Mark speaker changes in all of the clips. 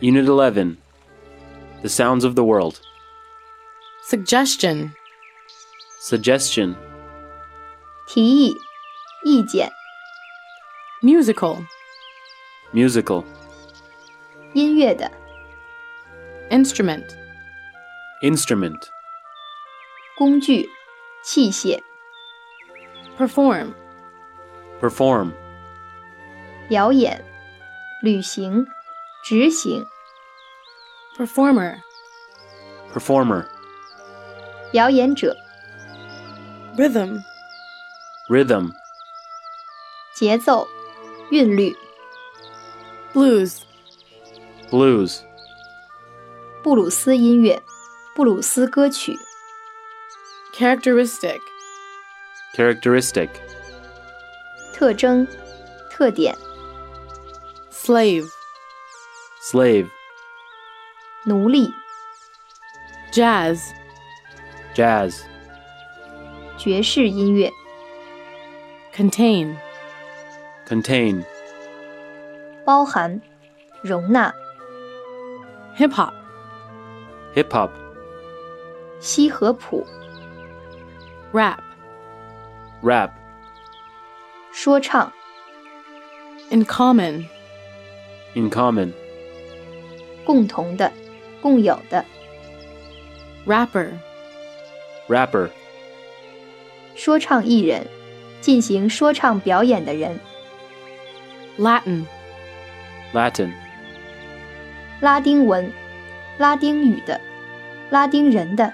Speaker 1: Unit 11 The Sounds of the World.
Speaker 2: Suggestion.
Speaker 1: Suggestion.
Speaker 3: 提议、意见、
Speaker 2: Musical.
Speaker 1: Musical.
Speaker 3: 音乐的
Speaker 2: Instrument.
Speaker 1: Instrument.
Speaker 3: 工具、器械、
Speaker 2: Perform.
Speaker 1: Perform.
Speaker 3: 表演、旅行、执行、
Speaker 2: Performer.
Speaker 1: Performer.
Speaker 3: 表演者、
Speaker 2: Rhythm.
Speaker 1: Rhythm.
Speaker 3: 节奏、韵律、
Speaker 2: Blues.
Speaker 1: Blues.
Speaker 3: 布鲁斯音乐、布鲁斯歌曲、
Speaker 2: Characteristic.
Speaker 1: Characteristic.
Speaker 3: 特征、特点、
Speaker 2: Slave.
Speaker 1: Slave.
Speaker 3: 奴隶、
Speaker 2: Jazz.
Speaker 1: Jazz.
Speaker 3: 爵士音乐、
Speaker 2: Contain.
Speaker 1: Contain.
Speaker 3: 包含、容纳、
Speaker 2: Hip hop.
Speaker 1: Hip hop.
Speaker 3: 西河谱、
Speaker 2: Rap.
Speaker 1: Rap.
Speaker 3: 说唱、
Speaker 2: In common.
Speaker 1: In common.
Speaker 3: 共同的、共有的、
Speaker 2: Rapper.
Speaker 1: Rapper.
Speaker 3: 说唱艺人、进行说唱表演的人、
Speaker 2: Latin.
Speaker 1: Latin.
Speaker 3: 拉丁文、拉丁语的、拉丁人的、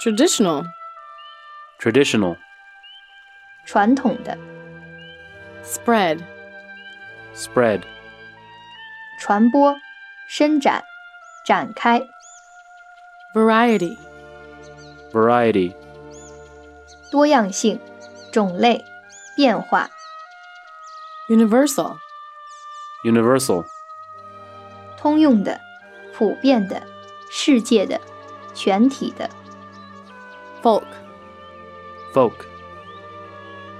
Speaker 2: Traditional.
Speaker 1: Traditional.
Speaker 3: 传统的、
Speaker 2: Spread.
Speaker 1: Spread.
Speaker 3: 传播、伸展、展开、
Speaker 2: Variety.
Speaker 1: Variety.
Speaker 3: 多样性、种类、变化、
Speaker 2: Universal.
Speaker 1: Universal.
Speaker 3: 通用的、普遍的、世界的、全体的、
Speaker 2: Folk.
Speaker 1: Folk.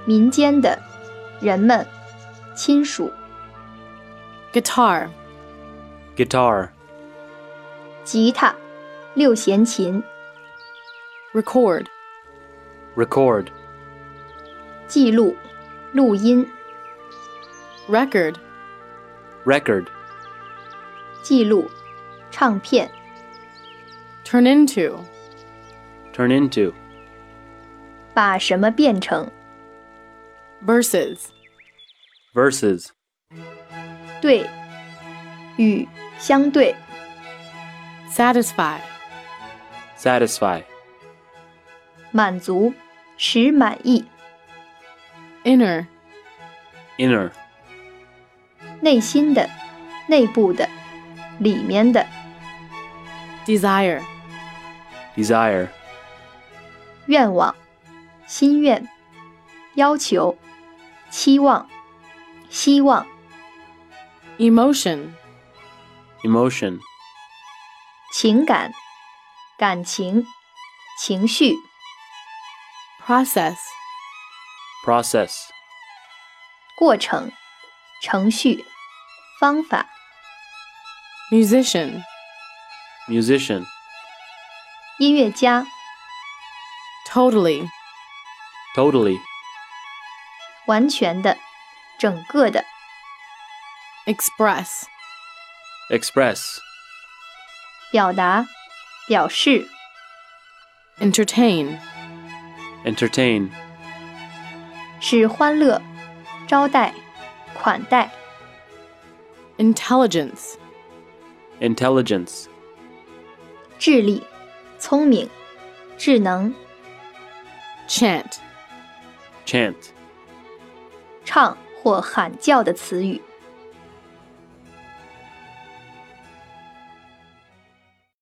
Speaker 3: 民间的、人们、亲属、
Speaker 2: Guitar.
Speaker 1: Guitar.
Speaker 3: 吉他、六弦琴、
Speaker 2: Record.
Speaker 1: Record.
Speaker 3: 记录、录音、
Speaker 2: Record.
Speaker 1: Record.
Speaker 3: 记录、唱片、
Speaker 2: Turn into.
Speaker 1: Turn into.
Speaker 3: 把什么变成、
Speaker 2: Verses.
Speaker 1: Verses.
Speaker 3: 对、与、相对、
Speaker 2: Satisfy.
Speaker 1: Satisfy.
Speaker 3: 满足、使满意、
Speaker 2: Inner.
Speaker 1: Inner.
Speaker 3: 内心的、内部的、里面的。
Speaker 2: Desire.
Speaker 1: Desire.
Speaker 3: 愿望、心愿、要求、期望、希望、
Speaker 2: Emotion.
Speaker 1: Emotion.
Speaker 3: 情感、感情、情绪、
Speaker 2: Process.
Speaker 1: Process.
Speaker 3: 过程、程序、方法、
Speaker 2: Musician.
Speaker 1: Musician.
Speaker 3: 音乐家、
Speaker 2: Totally.
Speaker 1: Totally.
Speaker 3: 完全的、整个的、
Speaker 2: Express.
Speaker 1: Express.
Speaker 3: 表达、表示、
Speaker 2: Entertain.
Speaker 1: Entertain.
Speaker 3: 使欢乐、招待、款待、
Speaker 2: Intelligence.
Speaker 1: Intelligence.
Speaker 3: 智力、聪明、智能、
Speaker 2: Chant.
Speaker 1: Chant.
Speaker 3: 唱或喊叫的词语。